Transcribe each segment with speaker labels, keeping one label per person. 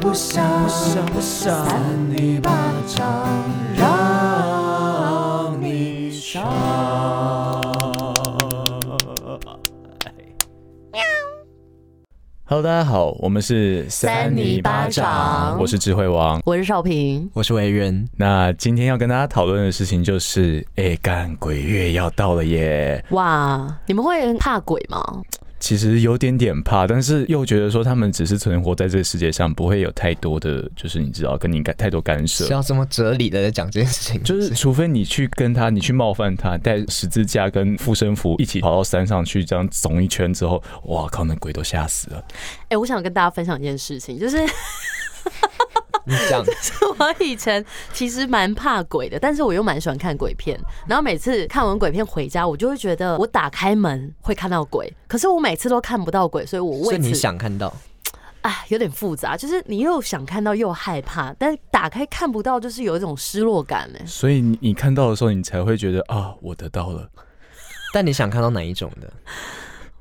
Speaker 1: 不想不想扇你巴掌，让你伤。
Speaker 2: Hello，大家好，我们是
Speaker 3: 三尼巴掌
Speaker 2: 我是智慧王。
Speaker 3: 我是少平，
Speaker 4: 我是维源，
Speaker 2: 那今天要跟大家讨论的事情就是，哎、干鬼月要到了耶！
Speaker 3: 哇，你们会怕鬼吗？
Speaker 2: 其实有点点怕，但是又觉得说他们只是存活在这个世界上，不会有太多的，就是你知道，跟你干太多干涉
Speaker 4: 是。要这么哲理的在讲这件事情，
Speaker 2: 就是，除非你去跟他，你去冒犯他，带十字架跟护身符一起跑到山上去，这样走一圈之后，哇靠，那鬼都吓死了。
Speaker 3: 哎、我想跟大家分享一件事情， 就是
Speaker 4: 你讲，
Speaker 3: 我以前其实蛮怕鬼的，但是我又蛮喜欢看鬼片。然后每次看完鬼片回家，我就会觉得我打开门会看到鬼，可是我每次都看不到鬼，所以我
Speaker 4: 所以
Speaker 3: 为
Speaker 4: 你
Speaker 3: 此
Speaker 4: 想看到，
Speaker 3: 哎有点复杂，就是你又想看到又害怕，但打开看不到，就是有一种失落感欸呢、
Speaker 2: 所以你你看到的时候，你才会觉得啊，我得到了。
Speaker 4: 但你想看到哪一种的？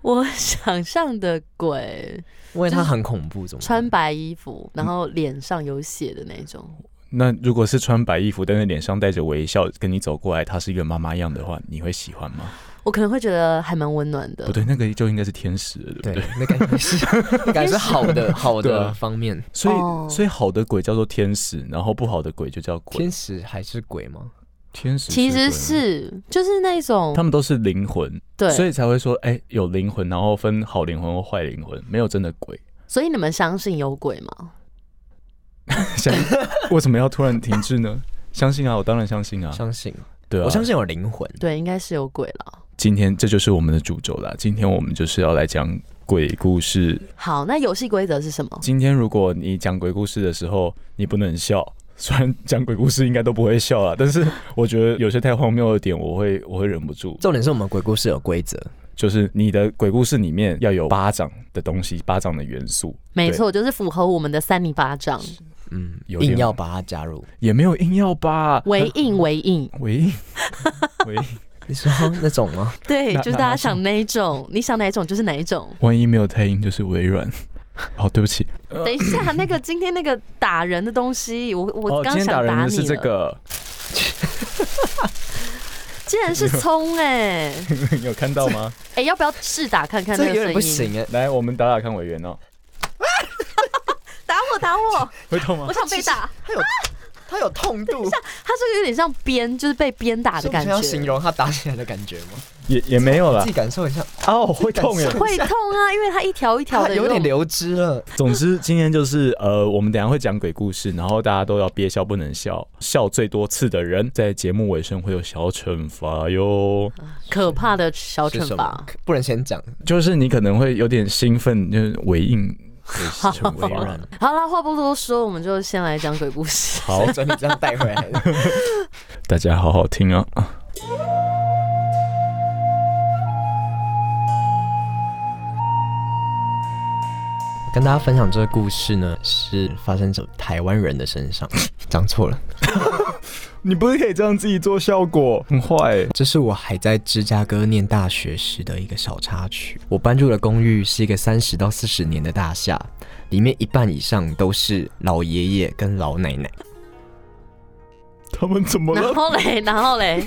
Speaker 3: 我想象的鬼
Speaker 4: 因为它很恐怖，怎么办
Speaker 3: 穿白衣服，然后脸上有血的那种。
Speaker 2: 那如果是穿白衣服，但是脸上带着微笑跟你走过来，她是一个妈妈样的话，你会喜欢吗？
Speaker 3: 我可能会觉得还蛮温暖的
Speaker 2: 不。对，那个就应该是天使了，对不对？
Speaker 4: 对，那感觉是，那感觉是好的，好
Speaker 2: 对啊
Speaker 4: 的方面。
Speaker 2: 所以、
Speaker 3: 哦
Speaker 2: 所以好的鬼叫做天使，然后不好的鬼就叫鬼。
Speaker 4: 天使还是鬼吗？
Speaker 2: 天使
Speaker 3: 其实
Speaker 2: 鬼吗
Speaker 3: 是就是那种
Speaker 2: 他们都是灵魂，
Speaker 3: 对，
Speaker 2: 所
Speaker 3: 所以
Speaker 2: 以才会说，哎、有灵魂，然后分好灵魂或坏灵魂，没有真的鬼。
Speaker 3: 你们相信有鬼吗？
Speaker 2: 相为什么要突然停滞呢？ 相信啊，我当然相信啊，
Speaker 4: 相信，
Speaker 2: 对啊，
Speaker 4: 我相。信有灵魂。
Speaker 3: 对，应该是有鬼了。
Speaker 2: 今天这就是我们的主轴啦，今天我们就是要来讲鬼故事。
Speaker 3: 好，那游戏规则是什么？
Speaker 2: 今天如果你讲鬼故事的时候，你不能笑。 虽然讲鬼故事应该都不会笑啦，但是我觉得有些太荒谬的点，我会我会忍不住。
Speaker 4: 重点是我们鬼故事有规则，
Speaker 2: 就是你的鬼故事里面要有巴掌的东西，巴掌的元素。
Speaker 3: 没错，就是符合我们的三里巴掌，
Speaker 4: 嗯，
Speaker 2: 有点
Speaker 4: 硬要把它加入。
Speaker 2: 对，也没有硬要吧？
Speaker 3: 为硬为硬，
Speaker 2: 喂喂，
Speaker 4: 你说那种 吗？
Speaker 3: 对，
Speaker 2: 那
Speaker 3: 就是大家想哪一种，你想哪一种就是哪一种。
Speaker 2: 万一没有太硬，就是微软。哦，对不起，
Speaker 3: 等一下，那个今天那个打人的东西，我我
Speaker 2: 哦，今
Speaker 3: 刚
Speaker 2: 天打
Speaker 3: 想
Speaker 2: 人
Speaker 3: 打
Speaker 2: 的
Speaker 3: 你
Speaker 2: 是这
Speaker 3: 了，
Speaker 2: 个，
Speaker 3: 竟然是葱 哎
Speaker 2: 你有看到吗？
Speaker 3: 哎，要不要试打看看
Speaker 4: 这
Speaker 3: 那
Speaker 4: 个有点
Speaker 3: 个
Speaker 4: 不
Speaker 3: 声音？
Speaker 4: 行哎，
Speaker 2: 来，我们打打看委员哦，
Speaker 3: 打我打 我，
Speaker 2: 会痛吗
Speaker 3: 我？想被打。
Speaker 4: 它有它有痛
Speaker 3: 它
Speaker 4: 度，
Speaker 3: 这个有点像鞭，就是被鞭打的
Speaker 4: 所以我
Speaker 3: 感
Speaker 4: 们
Speaker 3: 觉。
Speaker 4: 要形容它打起来的感觉吗？
Speaker 2: 也也没有啦
Speaker 4: 自己。感受一下，
Speaker 2: 哦，会痛耶
Speaker 4: 感！受
Speaker 3: 会痛啊，因为它一条一条
Speaker 4: 它
Speaker 3: 的
Speaker 4: 有点
Speaker 3: 那种
Speaker 4: 流汁了。
Speaker 2: 总之，今天就是呃，我们等一下会讲鬼故事，然后大家都要憋笑，不能笑，笑最多次的人在节目尾声会有小惩罚哟。
Speaker 3: 可怕的小
Speaker 4: 是
Speaker 3: 惩
Speaker 4: 什
Speaker 3: 罚
Speaker 4: 么。？不能先讲，
Speaker 2: 就是你可能会有点兴奋，就是尾硬， 就是成 为
Speaker 4: 微软。
Speaker 3: 好啦，话不多说，我们就先来讲鬼故 事。
Speaker 2: 好，
Speaker 4: 所以你这样带回来的。
Speaker 2: 大家好好听啊。
Speaker 4: 跟大家分享这个故事呢，是发生在台湾人的身上， 讲错了。
Speaker 2: 你不是可以这样自己做效果，很坏、欸
Speaker 4: 这是我还在芝加哥念大学时的一个小插曲。我搬入的公寓是一个三十到四十年的大厦，里面一半以上都是老爷爷跟老奶奶。
Speaker 2: 他们怎么
Speaker 3: 然
Speaker 2: 了？
Speaker 3: 后嘞，然后嘞，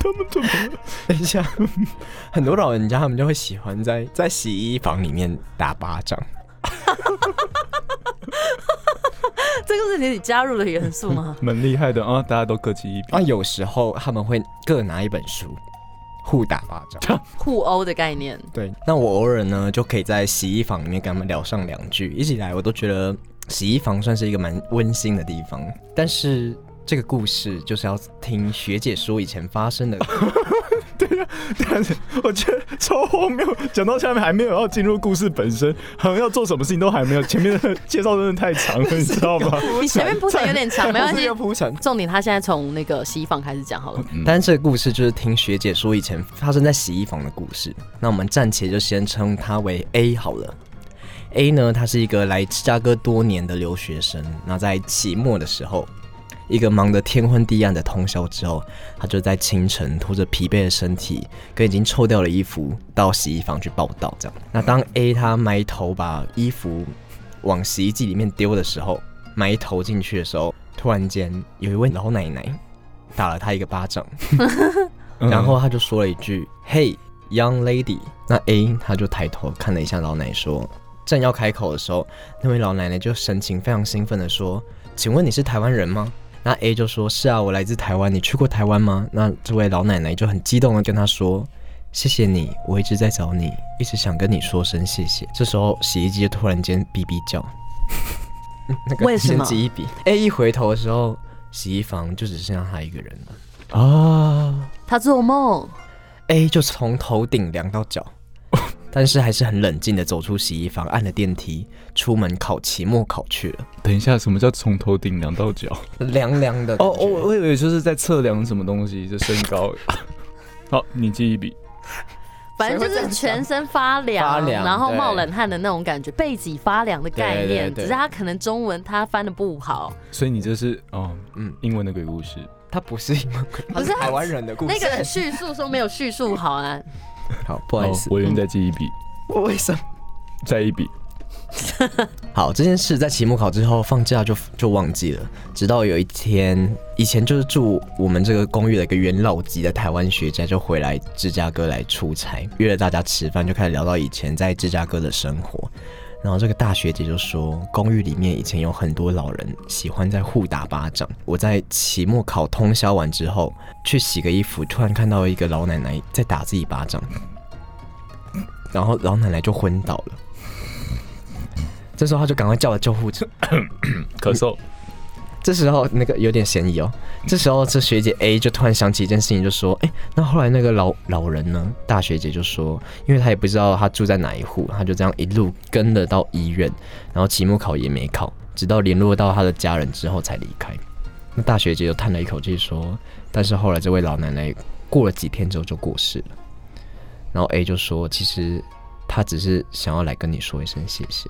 Speaker 2: 他们怎么了？
Speaker 4: 等一下，很多老人家他们就会喜欢在在洗衣房里面打巴掌。
Speaker 3: 这个是你加入的元素吗？
Speaker 2: 蛮厉害的啊！大家都各记一笔。
Speaker 4: 啊，有时候他们会各拿一本书，互打巴掌。
Speaker 3: 互殴的概念，
Speaker 4: 对，那我偶尔呢就可以在洗衣房里面跟他们聊上两句。一直以来我都觉得洗衣房算是一个蛮温馨的地方，但是这个故事就是要听学姐说以前发生的。
Speaker 2: 但是我觉得超荒谬，讲到下面还没有要进入故事本身，好像要做什么事情都还没有，前面的介绍真的太长了，你知道吗？
Speaker 3: 你前面铺陈有点长，没关
Speaker 4: 这
Speaker 3: 系
Speaker 4: 个。铺陈。
Speaker 3: 重点，他现在从那个洗衣房开始讲好了。
Speaker 4: 但是这个故事就是听学姐说以前发生在洗衣房的故事。那我们暂且就先称她为 A 好了。A 呢，他是一个来芝加哥多年的留学生。那在期末的时候，一个忙得天昏地暗的通宵之后，他就在清晨拖着疲惫的身体跟已经臭掉的衣服到洗衣房去报道。这样，那当 A 他埋头把衣服往洗衣机里面丢的时候，埋头进去的时候，突然间有一位老奶奶打了他一个巴掌，
Speaker 2: 嗯
Speaker 4: 然后他就说了一句：“Hey, young lady。”那 A 他就抬头看了一下老奶说，正要开口的时候，那位老奶奶就神情非常兴奋的说：“请问你是台湾人吗？”那 A 就说：“是啊，我来自台湾。你去过台湾吗？”那这位老奶奶就很激动的跟他说：“谢谢你，我一直在找你，一直想跟你说声谢谢。”这时候洗衣机就突然间哔哔叫， 那个
Speaker 3: 为什么
Speaker 4: 先记一笔。A 一回头的时候，洗衣房就只剩下他一个人了。
Speaker 2: 啊，
Speaker 3: 他做梦，
Speaker 4: A 就从头顶凉到脚，但是还是很冷静的走出洗衣房，按了电梯，出门考期末考去了，
Speaker 2: 等一下，什么叫从头顶量到脚？
Speaker 4: 凉凉的。
Speaker 2: 哦哦，我以为就是在测量什么东西，就身高。好，你记一笔。
Speaker 3: 反正就是全身发凉，
Speaker 4: 发凉
Speaker 3: 然后
Speaker 4: 对
Speaker 3: 冒冷汗的那种感觉，背脊发凉的概念。
Speaker 4: 对对对
Speaker 3: 只是他可能中文他翻的不好，
Speaker 2: 所以你这是哦，
Speaker 4: 嗯
Speaker 2: 嗯，英文的鬼故事。
Speaker 4: 他不是因为
Speaker 3: 不
Speaker 4: 他
Speaker 3: 是
Speaker 4: 是台湾人的故事。
Speaker 3: 那个人叙述说没有叙述好啊。
Speaker 4: 好，不好意
Speaker 2: 哦，
Speaker 4: 思
Speaker 2: 我原再记一笔，
Speaker 4: 我为什么？
Speaker 2: 再一笔。
Speaker 4: 好，这件事在期末考之后放假就就忘记了，直到有一天，以前就是住我们这个公寓的一个元老级的台湾学家就回来芝加哥来出差，约了大家吃饭，就开始聊到以前在芝加哥的生活。然后这个大学姐就说，公寓里面以前有很多老人喜欢在互打巴掌。我在期末考通宵完之后去洗个衣服，突然看到一个老奶奶在打自己巴掌，然后老奶奶就昏倒了。这时候他就赶快叫了救护车，
Speaker 2: 咳嗽，
Speaker 4: 这时候那个有点嫌疑哦。这时候这学姐 A 就突然想起一件事情，就说：“哎，那后来那个老老人呢？”大学姐就说：“因为她也不知道他住在哪一户，她就这样一路跟了到医院，然后期末考也没考，直到联络到他的家人之后才离开。”那大学姐就叹了一口气说：“但是后来这位老奶奶过了几天之后就过世了。”然后 A 就说：“其实她只是想要来跟你说一声谢谢。”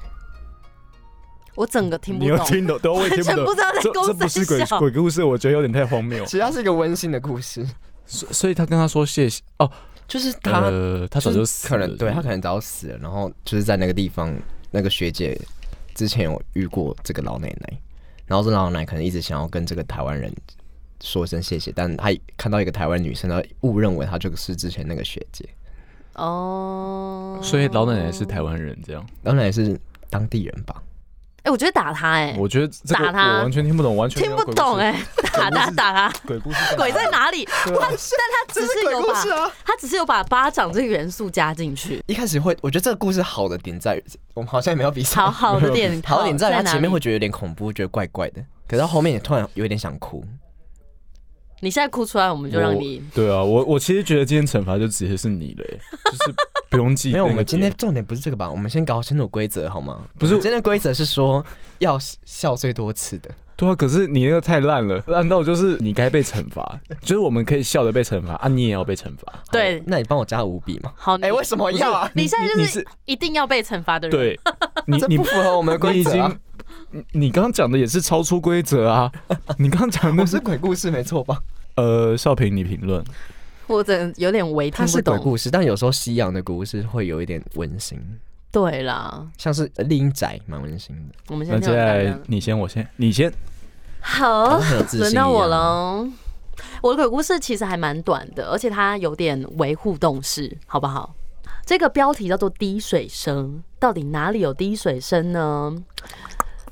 Speaker 3: 我整个听不
Speaker 2: 你又
Speaker 3: 懂，
Speaker 2: 听懂？对，我也听
Speaker 3: 完全
Speaker 2: 懂。
Speaker 3: 不知道在
Speaker 2: 这
Speaker 3: 公
Speaker 2: 这不
Speaker 3: 司
Speaker 2: 是鬼
Speaker 3: 笑
Speaker 2: 鬼故事，我觉得有点太荒谬。
Speaker 4: 其实它是一个温馨的故事，
Speaker 2: 所所以他跟他说谢谢哦，
Speaker 4: 就是她。
Speaker 2: 呃，他早就死了
Speaker 4: 可能对他可能早死了，然后就是在那个地方，那个学姐之前有遇过这个老奶奶，然后这老奶奶可能一直想要跟这个台湾人说声谢谢，但她看到一个台湾女生，她误认为她就是之 前那个学姐，
Speaker 3: 哦，
Speaker 2: 所以老奶奶是台湾人，这样
Speaker 4: 当然也是当地人吧。
Speaker 3: 哎、我觉得打他哎、
Speaker 2: 我觉得这个
Speaker 3: 打
Speaker 2: 我
Speaker 3: 他
Speaker 2: 完全听不懂，完全没
Speaker 3: 听
Speaker 2: 有
Speaker 3: 不懂哎、打他打他。
Speaker 2: 鬼故事。
Speaker 3: 鬼
Speaker 2: 鬼故事在
Speaker 3: 在哪里？不但
Speaker 2: 啊
Speaker 3: 他只是有把，他只是有把巴掌这个元素加进去。
Speaker 4: 一开始会，我觉得这个故事好的点在于，我们好像也没有比赛，
Speaker 3: 好好的 点，
Speaker 4: 好的点在于
Speaker 3: 哪
Speaker 4: 它
Speaker 3: 里？
Speaker 4: 前面会觉得有点恐怖，觉得怪怪的，可是到后面也突然有一点想哭。
Speaker 3: 你现在哭出来，我们就让你
Speaker 2: 我对啊，我我其实觉得今天惩罚就直接是你了， 就是不用记那
Speaker 4: 没
Speaker 2: 个点。
Speaker 4: 有，我们今天重点不是这个吧？我们先搞清楚规则好吗？
Speaker 2: 不是
Speaker 4: 我们今天的规则是说要笑最多次的。
Speaker 2: 对啊，可是你那个太烂了， 烂到就是你该被惩罚，就是我们可以笑的被惩罚啊，你也要被惩罚。
Speaker 3: 对嗯
Speaker 4: 那你帮我加五笔嘛？
Speaker 3: 好。
Speaker 4: 哎、为什么要啊？
Speaker 3: 你现在就
Speaker 2: 你
Speaker 3: 是一定要被惩罚的人。
Speaker 2: 对，你
Speaker 4: 这
Speaker 2: 你
Speaker 4: 不符合我们的
Speaker 2: 你
Speaker 4: 规
Speaker 2: 已
Speaker 4: 则、
Speaker 2: 经
Speaker 4: 啊。
Speaker 2: 你你刚刚讲的也是超出规则啊，你刚刚讲的
Speaker 4: 我是鬼故事没错吧？
Speaker 2: 呃，少平你评论，
Speaker 3: 我真的有点微听
Speaker 4: 它
Speaker 3: 不
Speaker 4: 是鬼
Speaker 3: 懂。
Speaker 4: 故事，但有时候西洋的故事会有一点温馨，
Speaker 3: 对啦，
Speaker 4: 像是《丽英宅》蛮温馨的，
Speaker 3: 我们
Speaker 2: 那
Speaker 3: 先
Speaker 2: 接
Speaker 3: 跳
Speaker 2: 下
Speaker 3: 来
Speaker 2: 来你先，我先，你先。
Speaker 3: 好
Speaker 4: 好像，很有自信一
Speaker 3: 啊轮
Speaker 4: 样
Speaker 3: 到我喽。我的鬼故事其实还蛮短的，而且它有点为互动式，好不好？这个标题叫做“滴水声”，到底哪里有滴水声呢？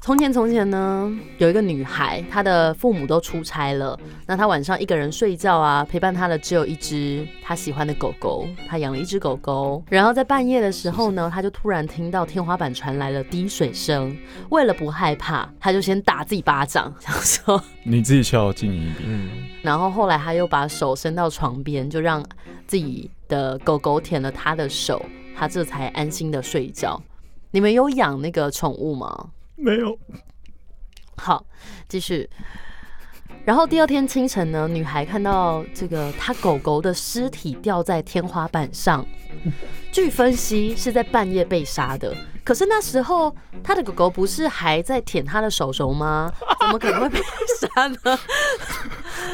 Speaker 3: 从前，从前呢，有一个女孩，她的父母都出差了，那她晚上一个人睡觉啊，陪伴她的只有一只她喜欢的狗狗，她养了一只狗狗。然后在半夜的时候呢，她就突然听到天花板传来了滴水声，为了不害怕，她就先打自己巴掌，想说
Speaker 2: 你自己笑敬你一笔，
Speaker 4: 嗯，
Speaker 3: 然后后来他又把手伸到床边，就让自己的狗狗舔了他的手，他这才安心的睡觉。你们有养那个宠物吗？
Speaker 2: 没有，
Speaker 3: 好，继续。然后第二天清晨呢，女孩看到这个她狗狗的尸体掉在天花板上，据分析是在半夜被杀的。可是那时候她的狗狗不是还在舔她的手手吗？怎么可能会被杀呢？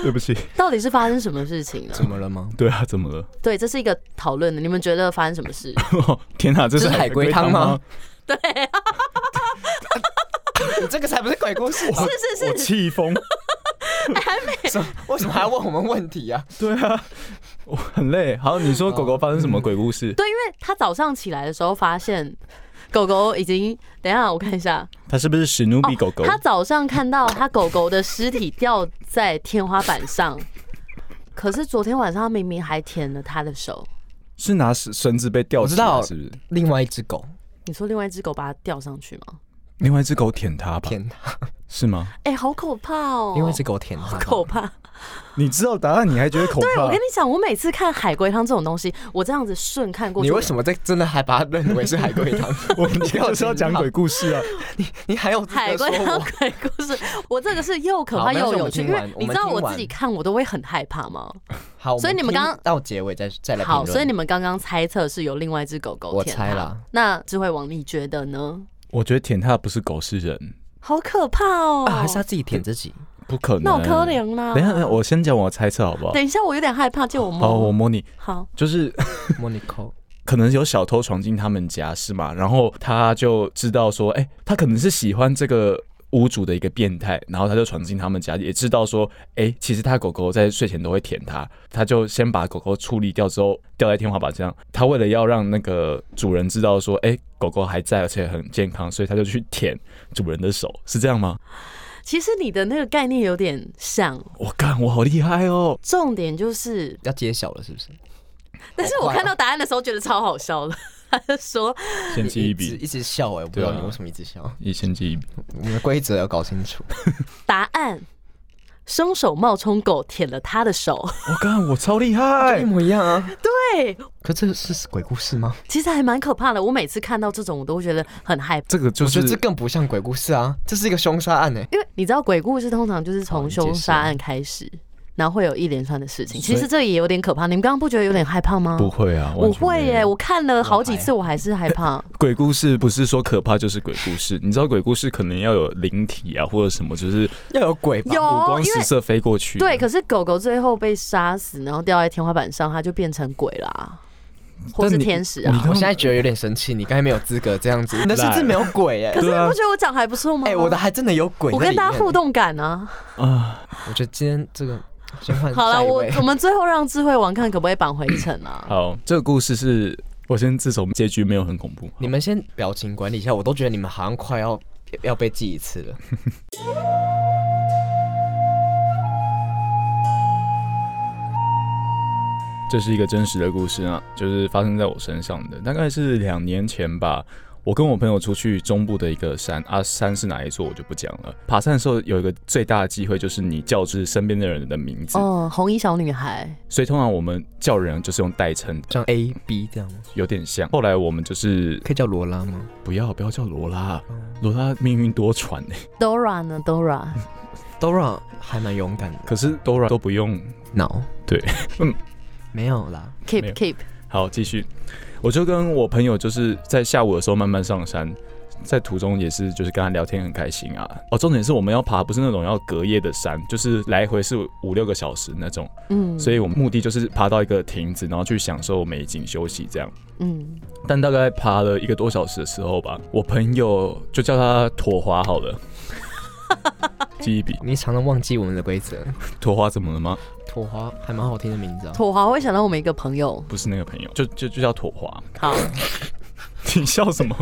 Speaker 2: 对不起。
Speaker 3: 到底是发生什么事情呢？
Speaker 4: 怎么了吗？
Speaker 2: 对啊，怎么了？ 哦
Speaker 3: 对，这是一个讨论的。你们 觉得发生什么事？
Speaker 2: 天哪，这
Speaker 4: 这
Speaker 2: 是
Speaker 4: 是海龟汤吗？？
Speaker 3: 对，
Speaker 4: 你这个才不是鬼故事，啊
Speaker 3: 是是
Speaker 2: 我气疯，
Speaker 4: 为什么还要问我们问题啊？
Speaker 2: 对啊，我很累。好，你说狗狗发生什么鬼故事？
Speaker 3: 对，因为他早上起来的时候发现狗狗已经，等一下我看一下，
Speaker 2: 它是不是史努比狗狗？
Speaker 3: 他早上看到他狗狗的尸体掉在天花板上，可是昨天晚上他明明还舔了他的手。
Speaker 2: 是拿绳绳子被吊
Speaker 4: 我
Speaker 2: 起
Speaker 4: 知
Speaker 2: 来，
Speaker 4: 道
Speaker 2: 是不是？
Speaker 4: 另外一只狗
Speaker 3: 你说另外一只狗把它吊上去吗？
Speaker 2: 另外一只狗舔它吧？
Speaker 4: 舔它，
Speaker 2: 是吗？
Speaker 3: 哎、好可怕哦！
Speaker 4: 另外一只狗啊舔它，
Speaker 3: 可怕。
Speaker 2: 你知道答案，你还觉得恐
Speaker 3: 对，我
Speaker 2: 怕
Speaker 3: 跟你？讲，我每次看海龟汤这种东西，我这样子顺看过去，
Speaker 4: 你为什么在真的还把它认为是海龟汤？
Speaker 2: 我们今天就是要讲鬼故事啊！
Speaker 4: 你还有资
Speaker 3: 海
Speaker 4: 格
Speaker 3: 龟
Speaker 4: 说
Speaker 3: 汤
Speaker 4: 我？
Speaker 3: 鬼故事？我这个是又可
Speaker 4: 好
Speaker 3: 怕
Speaker 4: 没关
Speaker 3: 又
Speaker 4: 系我
Speaker 3: 有
Speaker 4: 们
Speaker 3: 趣，
Speaker 4: 听
Speaker 3: 因为
Speaker 4: 完我
Speaker 3: 你
Speaker 4: 们
Speaker 3: 知道
Speaker 4: 听
Speaker 3: 我
Speaker 4: 完
Speaker 3: 自己看我都会很害怕吗？
Speaker 4: 好，
Speaker 3: 所以你们
Speaker 4: 我
Speaker 3: 刚
Speaker 4: 听到结尾再再来评
Speaker 3: 好，
Speaker 4: 论。
Speaker 3: 所以你们刚刚猜测是有另外一只狗狗
Speaker 4: 我
Speaker 3: 舔
Speaker 4: 猜
Speaker 3: 它
Speaker 4: 啦。
Speaker 3: 那智慧王，你觉得呢？
Speaker 2: 我觉得舔它不是狗是人，
Speaker 3: 好可怕哦！
Speaker 4: 啊，还是他自己舔自 己？
Speaker 2: 不可能。
Speaker 3: 那我可怜啦。
Speaker 2: 等一下，等一下，
Speaker 4: 呃
Speaker 2: 我先讲我的猜测好不好？
Speaker 3: 等一下，我有点害怕，借我摸。
Speaker 4: 哦
Speaker 2: 好，我摸你，
Speaker 3: 好，
Speaker 2: 就是
Speaker 4: 莫妮蔻，
Speaker 2: 可能有小偷闯进他们家是吗？然后他就知道说，哎、他可能是喜欢这个屋主的一个变态，然后他就闯进他们家，也知道说，哎、其实他狗狗在睡前都会舔他，他就先把狗狗处理掉之后掉在天花板上。他为了要让那个主人知道说，哎、狗狗还在而且很健康，所以他就去舔 主人的手，是这样吗？
Speaker 3: 其实你的那个概念有点像，
Speaker 2: 我干，我好厉害哦！
Speaker 3: 重点就是
Speaker 4: 要揭晓了是不是？
Speaker 3: 但是我
Speaker 4: 快哦
Speaker 3: 看到答案的时候觉得超好笑的， 他就说
Speaker 2: 先记一
Speaker 4: 直
Speaker 2: 笔，
Speaker 4: 一直笑哎，我不知
Speaker 2: 对啊
Speaker 4: 道你为什么一直笑。
Speaker 2: 一先记一笔。
Speaker 4: 我们的规则要搞清 楚。
Speaker 3: 答案。凶手冒充狗舔了他的手，
Speaker 2: 我干，我超厉害！
Speaker 4: 模一样啊！
Speaker 3: 对，
Speaker 4: 可这是是鬼故事吗？
Speaker 3: 其实还蛮可怕的。我每次看到这种，我都会觉得很害怕，
Speaker 2: 这个就
Speaker 4: 我觉
Speaker 2: 是
Speaker 4: 得这更不像鬼故事啊，这是一个凶杀案哎。
Speaker 3: 因为你知道鬼故事通常就是
Speaker 4: 好
Speaker 3: 从
Speaker 4: 你解释
Speaker 3: 凶杀案开始，然后会有一连串的事情。
Speaker 2: 所
Speaker 3: 其
Speaker 2: 以
Speaker 3: 实这也有点可怕，你们刚刚不觉得有点害怕吗？
Speaker 2: 不会啊，
Speaker 3: 我
Speaker 2: 完全没
Speaker 3: 会
Speaker 2: 有
Speaker 3: 耶，我看了好几次，我还是害怕。
Speaker 2: 鬼故事不是说可怕就是鬼故事，你知道鬼故事可能要有灵体啊或者什么，就是
Speaker 4: 要有鬼吧？
Speaker 3: 有
Speaker 2: 五光
Speaker 3: 因为
Speaker 2: 十色飞过去。
Speaker 3: 对，可是狗狗最后被杀死，然后掉在天花板上，它就变成鬼啦、或是
Speaker 2: 你
Speaker 3: 天使
Speaker 2: 你
Speaker 3: 啊。
Speaker 4: 我现在觉得有点生气，你刚才没有资格这样 子，你的甚至没有鬼哎
Speaker 3: 可。是
Speaker 2: 对
Speaker 3: 你
Speaker 2: 啊
Speaker 3: 不觉得我讲还不错吗？
Speaker 4: 哎，我的还真的有鬼。
Speaker 3: 我跟大家互，动感啊。
Speaker 2: 啊，
Speaker 4: 欸我觉得今天这个先换
Speaker 3: 好了，
Speaker 4: 下一
Speaker 3: 我
Speaker 4: 位
Speaker 3: 我们最后让智慧王看可不可以绑回程 啊？
Speaker 2: 好，这个故事是我先自从结局没有很恐怖，
Speaker 4: 你们先表情管理一下，我都觉得你们好像快要要被记一次了。
Speaker 2: 这是一个真实的故事啊，就是发生在我身上的，大概是两年前吧。我跟我朋友出去中部的一个山啊，山是哪一座我就不讲了。爬山的时候有一个最大的机会就是你叫知身边的人的名字，
Speaker 3: 哦，红衣小女孩，
Speaker 2: 所以通常我们叫人就是用代称，
Speaker 4: 像 A、B 这样吗？
Speaker 2: 有点像。后来我们就是
Speaker 4: 可以叫罗拉吗？
Speaker 2: 不要不要叫罗拉，罗拉命运多舛欸呢、
Speaker 3: Dora 呢？Dora，
Speaker 4: Dora 还蛮勇敢的。
Speaker 2: 可是 Dora 都不用。
Speaker 4: No，
Speaker 2: 对， 嗯，
Speaker 4: 没有啦。
Speaker 2: 没有
Speaker 3: keep keep，
Speaker 2: 好，继续。我就跟我朋友就是在下午的时候慢慢上山，在途中也是就是跟他聊天很开心啊。哦，重点是我们要爬不是那种要隔夜的山，就是来回是五六个小时那种，
Speaker 3: 嗯，
Speaker 2: 所
Speaker 3: 以
Speaker 2: 以我们目的就是爬到一个亭子，然后去享受美景休息这样。
Speaker 3: 嗯，
Speaker 2: 但大概爬了一个多小时的时候吧，我朋友就叫他妥华好了，记一笔。
Speaker 4: 你常常忘记我们的规则。
Speaker 2: 妥华怎么了吗？
Speaker 4: 土花还蛮好听的名字啊。
Speaker 3: 土豪会想到我们一个朋友，
Speaker 2: 不是那个朋友，就就就叫妥华。
Speaker 3: 好，
Speaker 2: 你笑什么？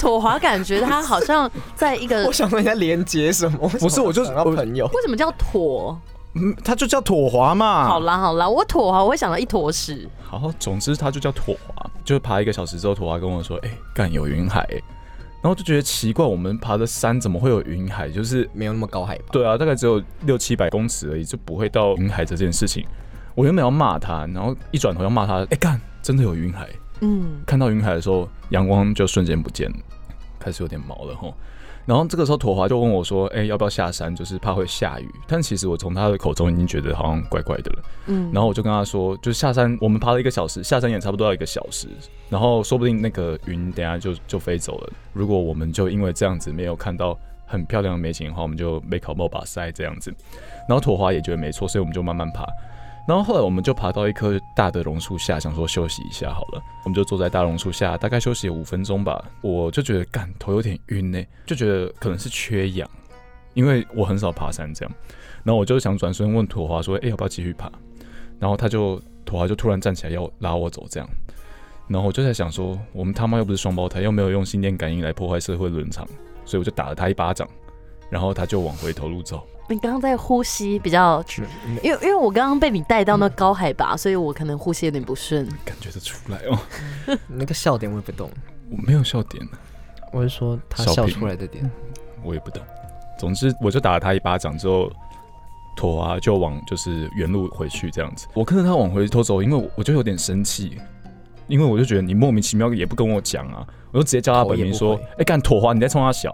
Speaker 3: 土豪感觉他好像在一个
Speaker 4: 我想说你在连接什么？
Speaker 2: 不是我就
Speaker 4: 想到
Speaker 2: 我
Speaker 4: 朋友。
Speaker 3: 为什么叫妥？
Speaker 2: 嗯，他就叫妥华
Speaker 4: 啊
Speaker 2: 嘛。
Speaker 3: 好，啦好啦，我妥豪我会想到一坨屎，
Speaker 2: 好，总之他就叫妥华。就是爬一个小时之后，妥华跟我说：“哎、干有云海、欸。”然后就觉得奇怪，我们爬的山怎么会有云海？就是
Speaker 4: 没有那么高海拔，
Speaker 2: 对啊，大概只有六七百公尺而已，就不会到云海这件事情。我原本要骂他，然后一转头要骂他，哎、干，真的有云海。
Speaker 3: 嗯。
Speaker 2: 看到云海的时候，阳光就瞬间不见了，开始有点毛了吼。然后这个时候，妥华就问我说：“哎、要不要下山？就是怕会下雨。”但其实我从他的口中已经觉得好像怪怪的了。
Speaker 3: 嗯
Speaker 2: 然后我就跟他说：“就是下山，我们爬了一个小时，下山也差不多要一个小时。然后说不定那个云等一下就就飞走了。如果我们就因为这样子没有看到很漂亮的美景的话，我们就被考爆把塞这样子。”然后妥华也觉得没错，所以我们就慢慢爬。然后后来我们就爬到一棵大的榕树下，想说休息一下好了，我们就坐在大榕树下，大概休息了五分钟吧。我就觉得干头有点晕呢、就觉得可能是缺氧，因为我很少爬山这样。然后我就想转身问土华说：“哎、要不要继续爬？”然后他就土华就突然站起来要拉我走这样。然后我就在想说，我们他妈又不是双胞胎，又没有用心电感应来破坏社会伦常，所以我就打了他一巴掌，然后他就往回头路走。
Speaker 3: 你刚刚在呼吸比较，因为因为我刚刚被你带到那高海拔，所以我可能呼吸有点不顺。
Speaker 4: 嗯
Speaker 2: 感觉得出来哦，
Speaker 4: 那个笑点我也不懂，
Speaker 2: 我没有笑点，
Speaker 4: 我是说他
Speaker 2: 小
Speaker 4: 笑
Speaker 2: 品
Speaker 4: 出来的点。
Speaker 2: 我也不懂。总之，我就打了他一巴掌之后，妥啊就往就是原路回去这样子。我看着他往回头走，因为我我就有点生气，因为我就觉得你莫名其妙也不跟我讲啊，我就直接叫他本名说
Speaker 4: 头也不：“
Speaker 2: 哎、干妥华，你在冲他小。”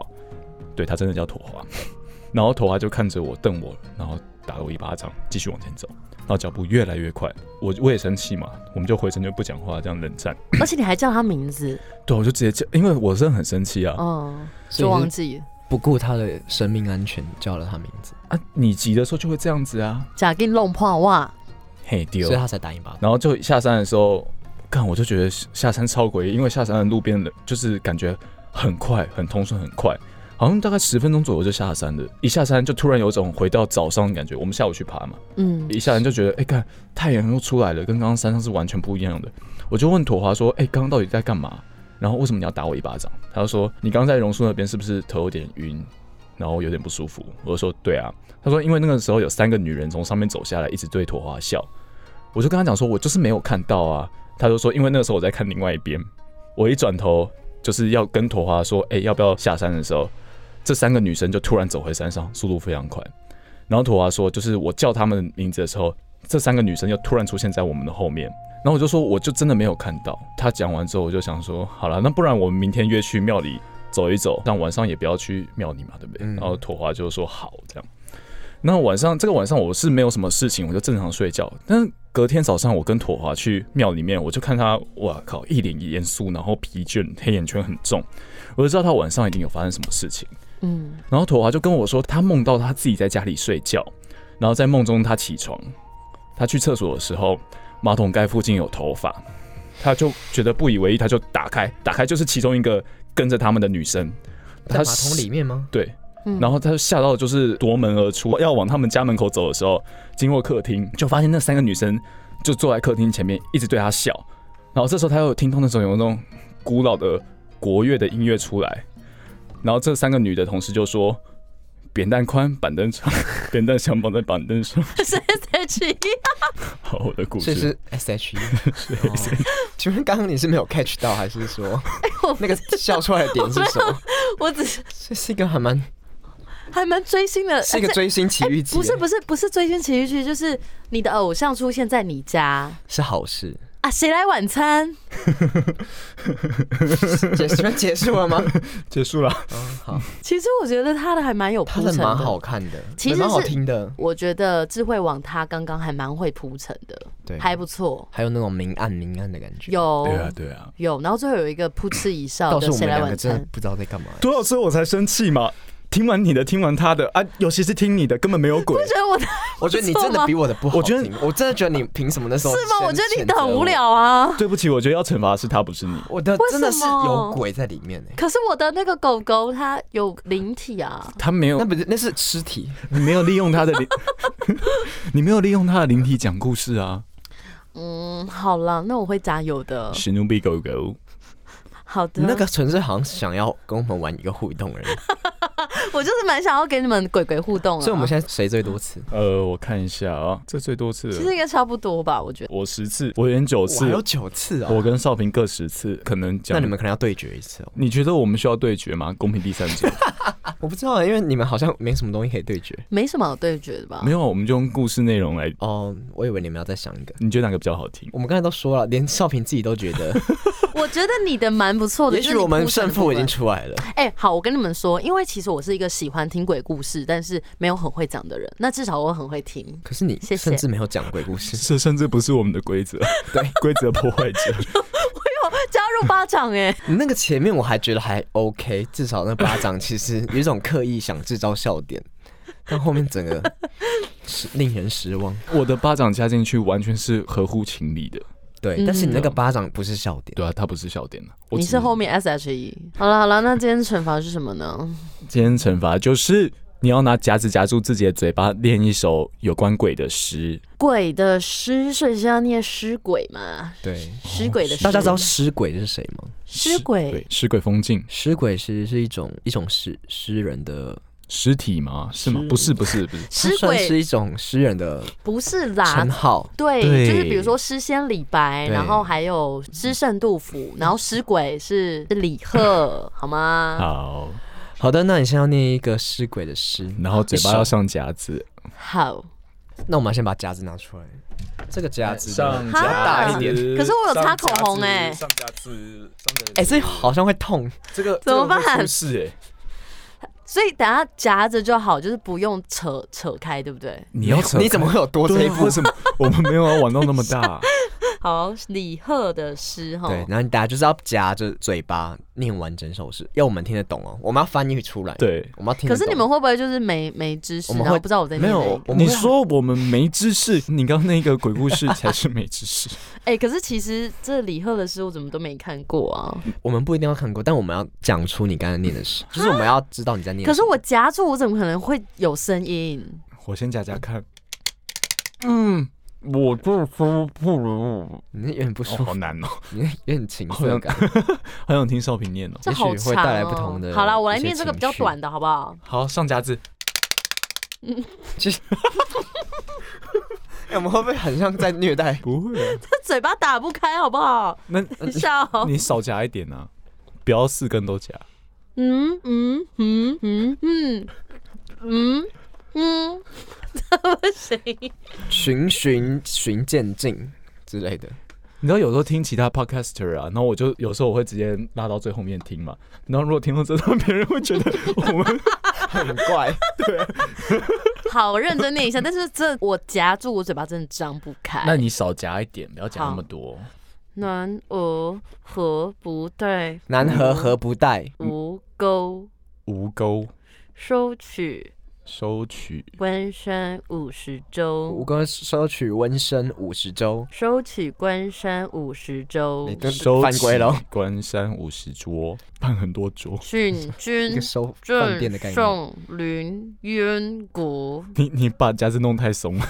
Speaker 2: 对他真的叫妥华， 然后妥啊华就看着我瞪我，然后打了我一巴掌，继续往前走，然后脚步越来越快。我我也生气嘛，我们就回身就不讲话，这样冷战。
Speaker 3: 而且你还叫他名字，
Speaker 2: 对，我就直接叫，因为我真的很生气啊。
Speaker 4: 哦
Speaker 3: 嗯，
Speaker 4: 所以
Speaker 3: 就是忘记
Speaker 4: 不顾他的生命安全叫了他名字，
Speaker 2: 啊，你急的时候就会这样子啊，
Speaker 3: 假定弄破哇，
Speaker 2: 嘿丢
Speaker 4: 所以。他才打一巴掌。
Speaker 2: 然后就下山的时候，看我就觉得下山超诡异，因为下山的路边的，就是感觉很快，很通顺，很快，好像大概十分钟左右就下山了。一下山就突然有种回到早上的感觉。我们下午去爬嘛，
Speaker 3: 嗯，
Speaker 2: 一下山就觉得，哎、看太阳又出来了，跟刚刚山上是完全不一样的。我就问妥华说，哎、刚刚到底在干嘛？然后为什么你要打我一巴掌？他就说，你刚刚在榕树那边是不是头有点晕，然后有点不舒服？我就说，对啊。他说，因为那个时候有三个女人从上面走下来，一直对妥华笑。我就跟他讲说，我就是没有看到啊。他就说，因为那个时候我在看另外一边，我一转头就是要跟妥华说，哎、要不要下山的时候，这三个女生就突然走回山上，速度非常快。然后土华说，就是我叫他们名字的时候，这三个女生又突然出现在我们的后面。然后我就说，我就真的没有看到。他讲完之后，我就想说，好了，那不然我们明天约去庙里走一走，但晚上也不要去庙里嘛，对不对？
Speaker 4: 嗯
Speaker 2: 然后土华就说好，这样。那晚上这个晚上我是没有什么事情，我就正常睡觉。但是隔天早上我跟妥华去庙里面，我就看他，哇靠，一脸严肃，然后疲倦，黑眼圈很重，我就知道他晚上一定有发生什么事情。
Speaker 3: 嗯，
Speaker 2: 然后啊土华就跟我说，他梦到他自己在家里睡觉，然后在梦中他起床，他去厕所的时候，马桶盖附近有头发，他就觉得不以为意，他就打开，打开就是其中一个跟着他们的女生，
Speaker 4: 在
Speaker 2: 他
Speaker 4: 马桶里面吗？
Speaker 2: 对，
Speaker 3: 嗯
Speaker 2: 然后他就吓到就是夺门而出，要往他们家门口走的时候，经过客厅就发现那三个女生就坐在客厅前面一直对他笑，然后这时候他又听到那种有那种古老的国乐的音乐出来，然后这三个女的同时就说。扁担宽，板凳长； 扁担想绑在板凳上。
Speaker 3: 谁谁去？
Speaker 2: 好，我的故
Speaker 4: 所
Speaker 2: 事
Speaker 4: 以是 S H E。哦请问刚刚你是没有 catch 到，还是说
Speaker 3: 哎我
Speaker 4: 那个笑出来的点是什么？
Speaker 3: 我只是
Speaker 4: 这 是一个还蛮
Speaker 3: 还蛮追星的，
Speaker 4: 是一个
Speaker 3: 哎
Speaker 4: 追星奇遇记，欸
Speaker 3: 不是不是不是追星奇遇记，就是你的偶像出现在你家
Speaker 4: 是好事。
Speaker 3: 啊，谁来晚餐？
Speaker 4: 结请问结束了吗？
Speaker 2: 结束了。
Speaker 4: 嗯，好，
Speaker 3: 其实我觉得他的还蛮有
Speaker 4: 他
Speaker 3: 铺
Speaker 4: 的
Speaker 3: 陈
Speaker 4: 蛮好看的，
Speaker 3: 其实是
Speaker 4: 蛮好听的，
Speaker 3: 我觉得智慧网他刚刚还蛮会铺陈的，
Speaker 4: 对，
Speaker 3: 还不错，
Speaker 4: 还有那种明暗明暗的感觉。
Speaker 3: 有
Speaker 2: 对啊，对啊，
Speaker 3: 有，然后最后有一个噗嗤一笑
Speaker 4: 倒是
Speaker 3: 的
Speaker 4: 我
Speaker 3: 谁
Speaker 4: 们
Speaker 3: 来
Speaker 4: 两个
Speaker 3: 晚
Speaker 4: 真的
Speaker 3: 餐，
Speaker 4: 不知道在干嘛。
Speaker 2: 多少次我才生气嘛？听完你的，听完他的啊，尤其是听你的，根本没有鬼。
Speaker 3: 觉得我的
Speaker 4: 我觉得你真的比我的不好
Speaker 2: 我觉得
Speaker 4: 听我真的觉得你凭什么那时候
Speaker 3: 是吗？
Speaker 4: 先
Speaker 3: 我觉得你
Speaker 4: 谴
Speaker 3: 的
Speaker 4: 责
Speaker 3: 很
Speaker 4: 我
Speaker 3: 无，聊啊。
Speaker 2: 对不起，我觉得要惩罚的是他，不是你。
Speaker 4: 我的
Speaker 3: 为
Speaker 4: 真的
Speaker 3: 什
Speaker 4: 是
Speaker 3: 么
Speaker 4: 有鬼在里面哎。
Speaker 3: 可是我的那个狗狗它有灵体啊，
Speaker 2: 他没有
Speaker 4: 那不是那是尸体，
Speaker 2: 你没有利用他的灵， 你没有利用他的灵体讲故事 啊。
Speaker 3: 嗯，好了，那我会加油的。
Speaker 2: 史努比狗狗，
Speaker 3: 好的，
Speaker 4: 你那个纯粹好像是想要跟我们玩一个互动而已。
Speaker 3: 我就是蛮想要给你们鬼鬼互动啊。
Speaker 4: 所以我们现在谁最多次？
Speaker 2: 呃，我看一下啊，这最多次
Speaker 3: 其实
Speaker 2: 了，
Speaker 3: 应该差不多吧，我觉得。
Speaker 2: 我十次，我演九
Speaker 4: 哇还
Speaker 2: 次
Speaker 4: 有，九次哦。
Speaker 2: 我跟少平各十次，可能
Speaker 4: 那
Speaker 2: 讲
Speaker 4: 你们可能要对决一次哦。
Speaker 2: 你觉得我们需要对决吗？公平第三者
Speaker 4: 我不知道啊，因为你们好像没什么东西可以对决。
Speaker 3: 没什么好对决的吧？
Speaker 2: 没有啊，我们就用故事内容来。
Speaker 4: 哦，我以为你们要再想一个。
Speaker 2: 你觉得哪个比较好听？
Speaker 4: 我们刚才都说了，连少平自己都觉 得，
Speaker 3: 我觉得你的蛮不错的。
Speaker 4: 也
Speaker 3: 就是
Speaker 4: 许
Speaker 3: 你
Speaker 4: 我们
Speaker 3: 铺陈
Speaker 4: 胜
Speaker 3: 的
Speaker 4: 负已经
Speaker 3: 部分
Speaker 4: 出 来了。
Speaker 3: 哎、好，我跟你们说，因为其实我是一个喜欢听鬼故事，但是没有很会讲的人。那至少我很会听，
Speaker 4: 可是你
Speaker 3: 谢谢
Speaker 4: 甚至没有讲鬼故事，
Speaker 2: 这甚至不是我们的规则，对 规则破坏者。
Speaker 3: 加入巴掌 哎、
Speaker 4: 你那个前面我还觉得还 OK，至 少那巴掌其实有一种刻意想制造笑点，但后面整个失令人失望。
Speaker 2: 我的巴掌加进去完全是合乎情理的，
Speaker 4: 对，但是你那个
Speaker 2: 嗯
Speaker 4: 巴掌不是笑点，
Speaker 2: 对啊，它不是笑点啊。我
Speaker 3: 你
Speaker 2: 只
Speaker 3: 是后面 S H E。好了好了，那今天惩罚是什么呢？
Speaker 2: 今天惩罚就是你要拿夹子夹住自己的嘴巴，练一首有关鬼的诗。
Speaker 3: 鬼的诗，所以是要念诗鬼嘛？
Speaker 4: 对。
Speaker 3: 诗鬼的诗，
Speaker 4: 大家知道尸鬼是谁吗？
Speaker 3: 诗鬼
Speaker 2: 对，尸鬼风镜，
Speaker 4: 尸鬼其实是一种一种诗诗人的，
Speaker 2: 尸体吗？是吗
Speaker 4: 是？
Speaker 2: 不是，不是，不 是。
Speaker 4: 它
Speaker 3: 尸
Speaker 4: 算
Speaker 3: 鬼
Speaker 4: 是一种诗人的
Speaker 3: 不是啦
Speaker 4: 称。号。
Speaker 3: 啊对，
Speaker 2: 对
Speaker 3: 就是比如说诗仙李白，
Speaker 4: 对
Speaker 3: 然后还有诗圣杜甫，然后诗鬼是是李贺，好吗？
Speaker 2: 好，
Speaker 4: 好的，那你现在要念一个尸鬼的诗，
Speaker 2: 然后嘴巴
Speaker 4: 一首
Speaker 2: 要上夹子，
Speaker 3: 好，
Speaker 4: 那我们先把夹子拿出来，这个夹子
Speaker 3: 夹
Speaker 4: 呢
Speaker 3: 子大一
Speaker 4: 点
Speaker 3: 可是我有擦口红欸
Speaker 2: 上夹子，上夹子
Speaker 4: 哎、这好像会痛。
Speaker 2: 这个
Speaker 3: 怎么办
Speaker 2: 是哎，
Speaker 3: 所以等下夹着就好，就是不用扯扯开，对不对？
Speaker 2: 你要扯开
Speaker 4: 你怎么会有多这
Speaker 2: 对
Speaker 4: 一
Speaker 2: 啊
Speaker 4: 步
Speaker 2: 为？什么我们没有要玩到那么 大？
Speaker 3: 好，李贺的诗哈，
Speaker 4: 对，然后你大家就是要夹着嘴巴念完整首诗，要我们听得懂哦。我们要翻译出来，，
Speaker 2: 对，
Speaker 4: 我们要听
Speaker 3: 可
Speaker 4: 得懂。
Speaker 3: 是你们会不会就是没没知识，
Speaker 4: 我们
Speaker 3: 然
Speaker 4: 会
Speaker 3: 后不知道我在
Speaker 4: 没
Speaker 3: 念哪一
Speaker 4: 有
Speaker 3: 个？，
Speaker 4: 我们
Speaker 2: 你
Speaker 4: 会
Speaker 2: 说我们没知识，你刚刚那个鬼故事才是没知识。
Speaker 3: 哎、可是其实这李贺的诗我怎么都没看过啊。
Speaker 4: 我们不一定要看过，但我们要讲出你刚才念的诗，就是我们要知道你在念什
Speaker 3: 可
Speaker 4: 么。
Speaker 3: 是我夹住，我怎么可能会有声音？
Speaker 2: 我先夹夹看，嗯，我就说不如，
Speaker 4: 你那有点不舒
Speaker 2: 哦，好
Speaker 4: 服，
Speaker 2: 难哦，
Speaker 4: 你那有点情
Speaker 2: 好
Speaker 4: 色
Speaker 2: 像
Speaker 4: 感。
Speaker 2: 好想听少平念哦。
Speaker 3: 这
Speaker 4: 也许
Speaker 3: 好
Speaker 4: 会
Speaker 3: 长、哦、
Speaker 4: 带来不同的
Speaker 3: 好啦，我来
Speaker 4: 一些
Speaker 3: 念这个比
Speaker 4: 情
Speaker 3: 较
Speaker 4: 绪
Speaker 3: 短的好不好？
Speaker 2: 好，上夹子，
Speaker 4: 哎我们会不会很像在虐待？
Speaker 2: 不会、啊，
Speaker 3: 这嘴巴打不开好不 好？
Speaker 2: 那
Speaker 4: 嗯
Speaker 3: 很笑。
Speaker 2: 你少夹一点啊，不要四根都夹。
Speaker 3: 嗯嗯嗯嗯嗯嗯嗯，这不行。
Speaker 4: 循循循渐进之类的。
Speaker 2: 你知道有时候听其他 podcaster 啊，然后我就有时候我会直接拉到最后面听嘛，然后如果听到这段，别人会觉得我们
Speaker 4: 很怪，
Speaker 3: 好，我认真念一下，但是这我夹住我嘴巴真的张不开。
Speaker 2: 那你少夹一点，不要夹那
Speaker 3: 好
Speaker 2: 么多。
Speaker 3: 南无何不带
Speaker 4: 南河何不带？
Speaker 3: 吴钩
Speaker 2: 吴钩
Speaker 3: 收取
Speaker 2: 收取
Speaker 3: 关山五十
Speaker 4: 吴
Speaker 3: 州，
Speaker 4: 哥收取温身五十州。
Speaker 3: 收取关山五十州
Speaker 4: 你，都
Speaker 2: 收
Speaker 4: 犯规喽
Speaker 2: 起！关山五十桌，办很多桌。
Speaker 3: 郡
Speaker 4: 一个
Speaker 3: 君
Speaker 4: 收饭店的概
Speaker 3: 郑
Speaker 4: 念。
Speaker 3: 宋云渊国，
Speaker 2: 你你把夹子弄太松了，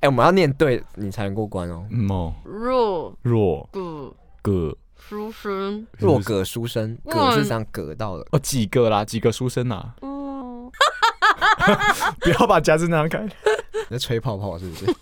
Speaker 4: 哎、我们要念对，你才能过关哦。
Speaker 2: 嗯哦，
Speaker 3: 若
Speaker 2: 若
Speaker 3: 谷
Speaker 2: 个
Speaker 3: 书生，
Speaker 4: 若葛书生，葛是这样葛到的。
Speaker 2: 哦几个啦，几个书生啊，
Speaker 3: 嗯，
Speaker 2: 不要把夹子 拿开。
Speaker 4: 你在吹泡泡是不是？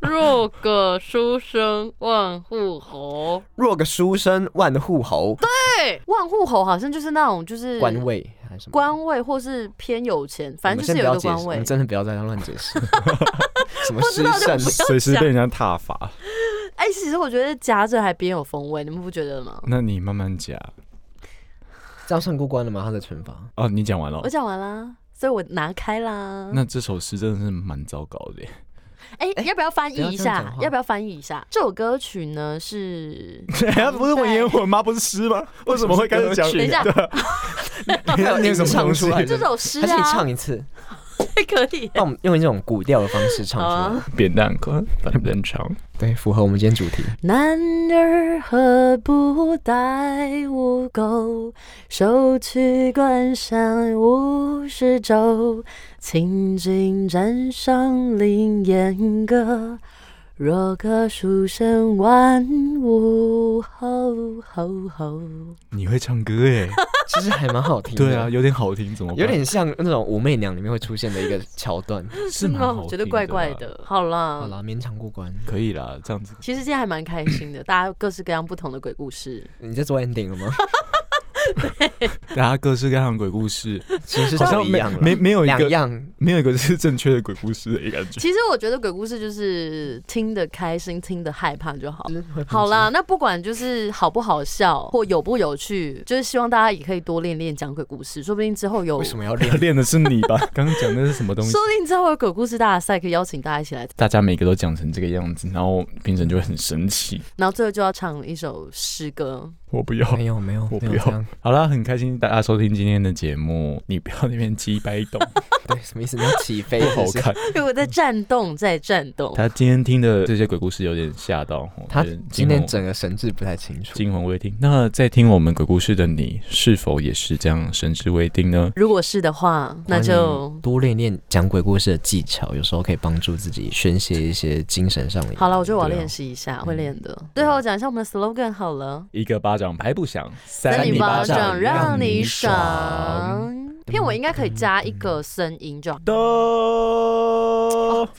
Speaker 3: 若葛书生万户侯。
Speaker 4: 若葛书生万户侯，
Speaker 3: 对，哎万户侯好像就是那种就是
Speaker 4: 官位还是什么？
Speaker 3: 官位或是偏有钱，反正就是有一
Speaker 4: 我
Speaker 3: 个
Speaker 4: 们先不要解
Speaker 3: 官
Speaker 4: 释，我
Speaker 3: 位
Speaker 4: 们。真的不要再乱解释。 什么
Speaker 3: 知
Speaker 4: 诗
Speaker 3: 道就
Speaker 4: 圣？
Speaker 2: 随时被人家踏伐，
Speaker 3: 哎、其实我觉得夹着还别有风味，你们不觉得吗？
Speaker 2: 那你慢慢夹
Speaker 4: 这样算过关了吗？他的惩罚。
Speaker 2: 哦。你讲完了
Speaker 3: 我，讲完啦，所以我拿开啦。
Speaker 2: 那这首诗真的是蛮糟糕的耶。
Speaker 3: 哎、要不要翻译
Speaker 4: 不要
Speaker 3: 一
Speaker 4: 这样
Speaker 3: 下
Speaker 4: 讲？话
Speaker 3: 要不要翻译一下？这首歌曲呢 是，
Speaker 2: 不是文言文吗？不是诗吗？为什么会开始讲？
Speaker 3: 等一下，
Speaker 2: 你要念什么东
Speaker 4: 唱
Speaker 2: 西
Speaker 4: 出来
Speaker 3: 这
Speaker 4: 的？
Speaker 3: 首诗
Speaker 4: 还是你
Speaker 3: 啊
Speaker 4: 唱，一次？
Speaker 3: 可以。
Speaker 4: 那我们用一种古调的方式唱
Speaker 3: 好
Speaker 4: 出来
Speaker 3: 啊，
Speaker 2: 扁担宽，反正长。
Speaker 4: 对，符合我们今天主题。
Speaker 3: 男儿何不带吴钩，收取关山五十州。青尽战上林烟阁，若可书生万物侯侯侯。
Speaker 2: 你会唱歌耶？
Speaker 4: 其实还蛮好听的。
Speaker 2: 对啊，，有点好听，怎么办
Speaker 4: 有点像那种武媚娘里面会出现的一个桥段。
Speaker 2: 是蛮好听的啦
Speaker 3: 哦我觉得怪怪，的。好啦，
Speaker 4: 好啦，勉强过关。
Speaker 2: 可以啦，这样子
Speaker 3: 其实今天还蛮开心的，大家有各式各样不同的鬼故事。
Speaker 4: 你在做 ending 了吗？
Speaker 2: 大家各式各样的鬼故 事，
Speaker 4: 其实
Speaker 2: 好
Speaker 4: 是
Speaker 2: 像
Speaker 4: 不一
Speaker 2: 没
Speaker 4: 样了，
Speaker 2: 没没有一
Speaker 4: 两
Speaker 2: 个
Speaker 4: 样。
Speaker 2: 没有一个是正确的鬼故事的感觉。？
Speaker 3: 其实我觉得鬼故事就是听得开心，听得害怕就好。
Speaker 4: 就是会
Speaker 3: 好啦，那不管就是好不好笑或有不有趣，就是希望大家也可以多练练讲鬼故事，说不定之后有，
Speaker 4: 为什
Speaker 3: 说
Speaker 4: 么要练
Speaker 2: 练的是你吧？刚刚讲的是什么东西？
Speaker 3: 不定之后有鬼故事大赛，可以邀请大家一起来，
Speaker 2: 大家每个都讲成这个样子，然后评审就会很生气。
Speaker 3: 然后最后就要唱一首诗歌。
Speaker 2: 我不要，
Speaker 4: 没有没有，
Speaker 2: 我不
Speaker 4: 没有
Speaker 2: 要
Speaker 4: 这样
Speaker 2: 哎好啦，很开心大家收听今天的节目，你不要那边鸡掰动，
Speaker 4: 对，什么意思？你要起飞
Speaker 2: 不 好
Speaker 4: 是不是
Speaker 2: 看。
Speaker 3: 因为我在战动，在战动。
Speaker 2: 他今天听的这些鬼故事有点吓到，我
Speaker 4: 他
Speaker 2: 觉得
Speaker 4: 今
Speaker 2: 惊
Speaker 4: 天
Speaker 2: 魂
Speaker 4: 整个神志不太清楚。
Speaker 2: 惊魂未定。那在听我们鬼故事的你，是否也是这样神志未定呢？
Speaker 3: 如果是的话，那就
Speaker 4: 欢迎多练练讲鬼故事的技巧，有时候可以帮助自己宣泄一些精神上的。
Speaker 3: 好了。我觉得我要
Speaker 2: 对啊
Speaker 3: 练习一下，会练
Speaker 4: 嗯
Speaker 3: 的。最后讲一下我们的 slogan 好了。
Speaker 2: 一个巴掌拍不响，
Speaker 4: 扇
Speaker 3: 你
Speaker 4: 你
Speaker 3: 巴
Speaker 4: 巴掌
Speaker 3: 掌让
Speaker 4: 让
Speaker 3: 你
Speaker 4: 你
Speaker 3: 爽
Speaker 4: 爽。
Speaker 3: 片尾应该可以加一个声音就好。
Speaker 4: 嗯
Speaker 2: 的。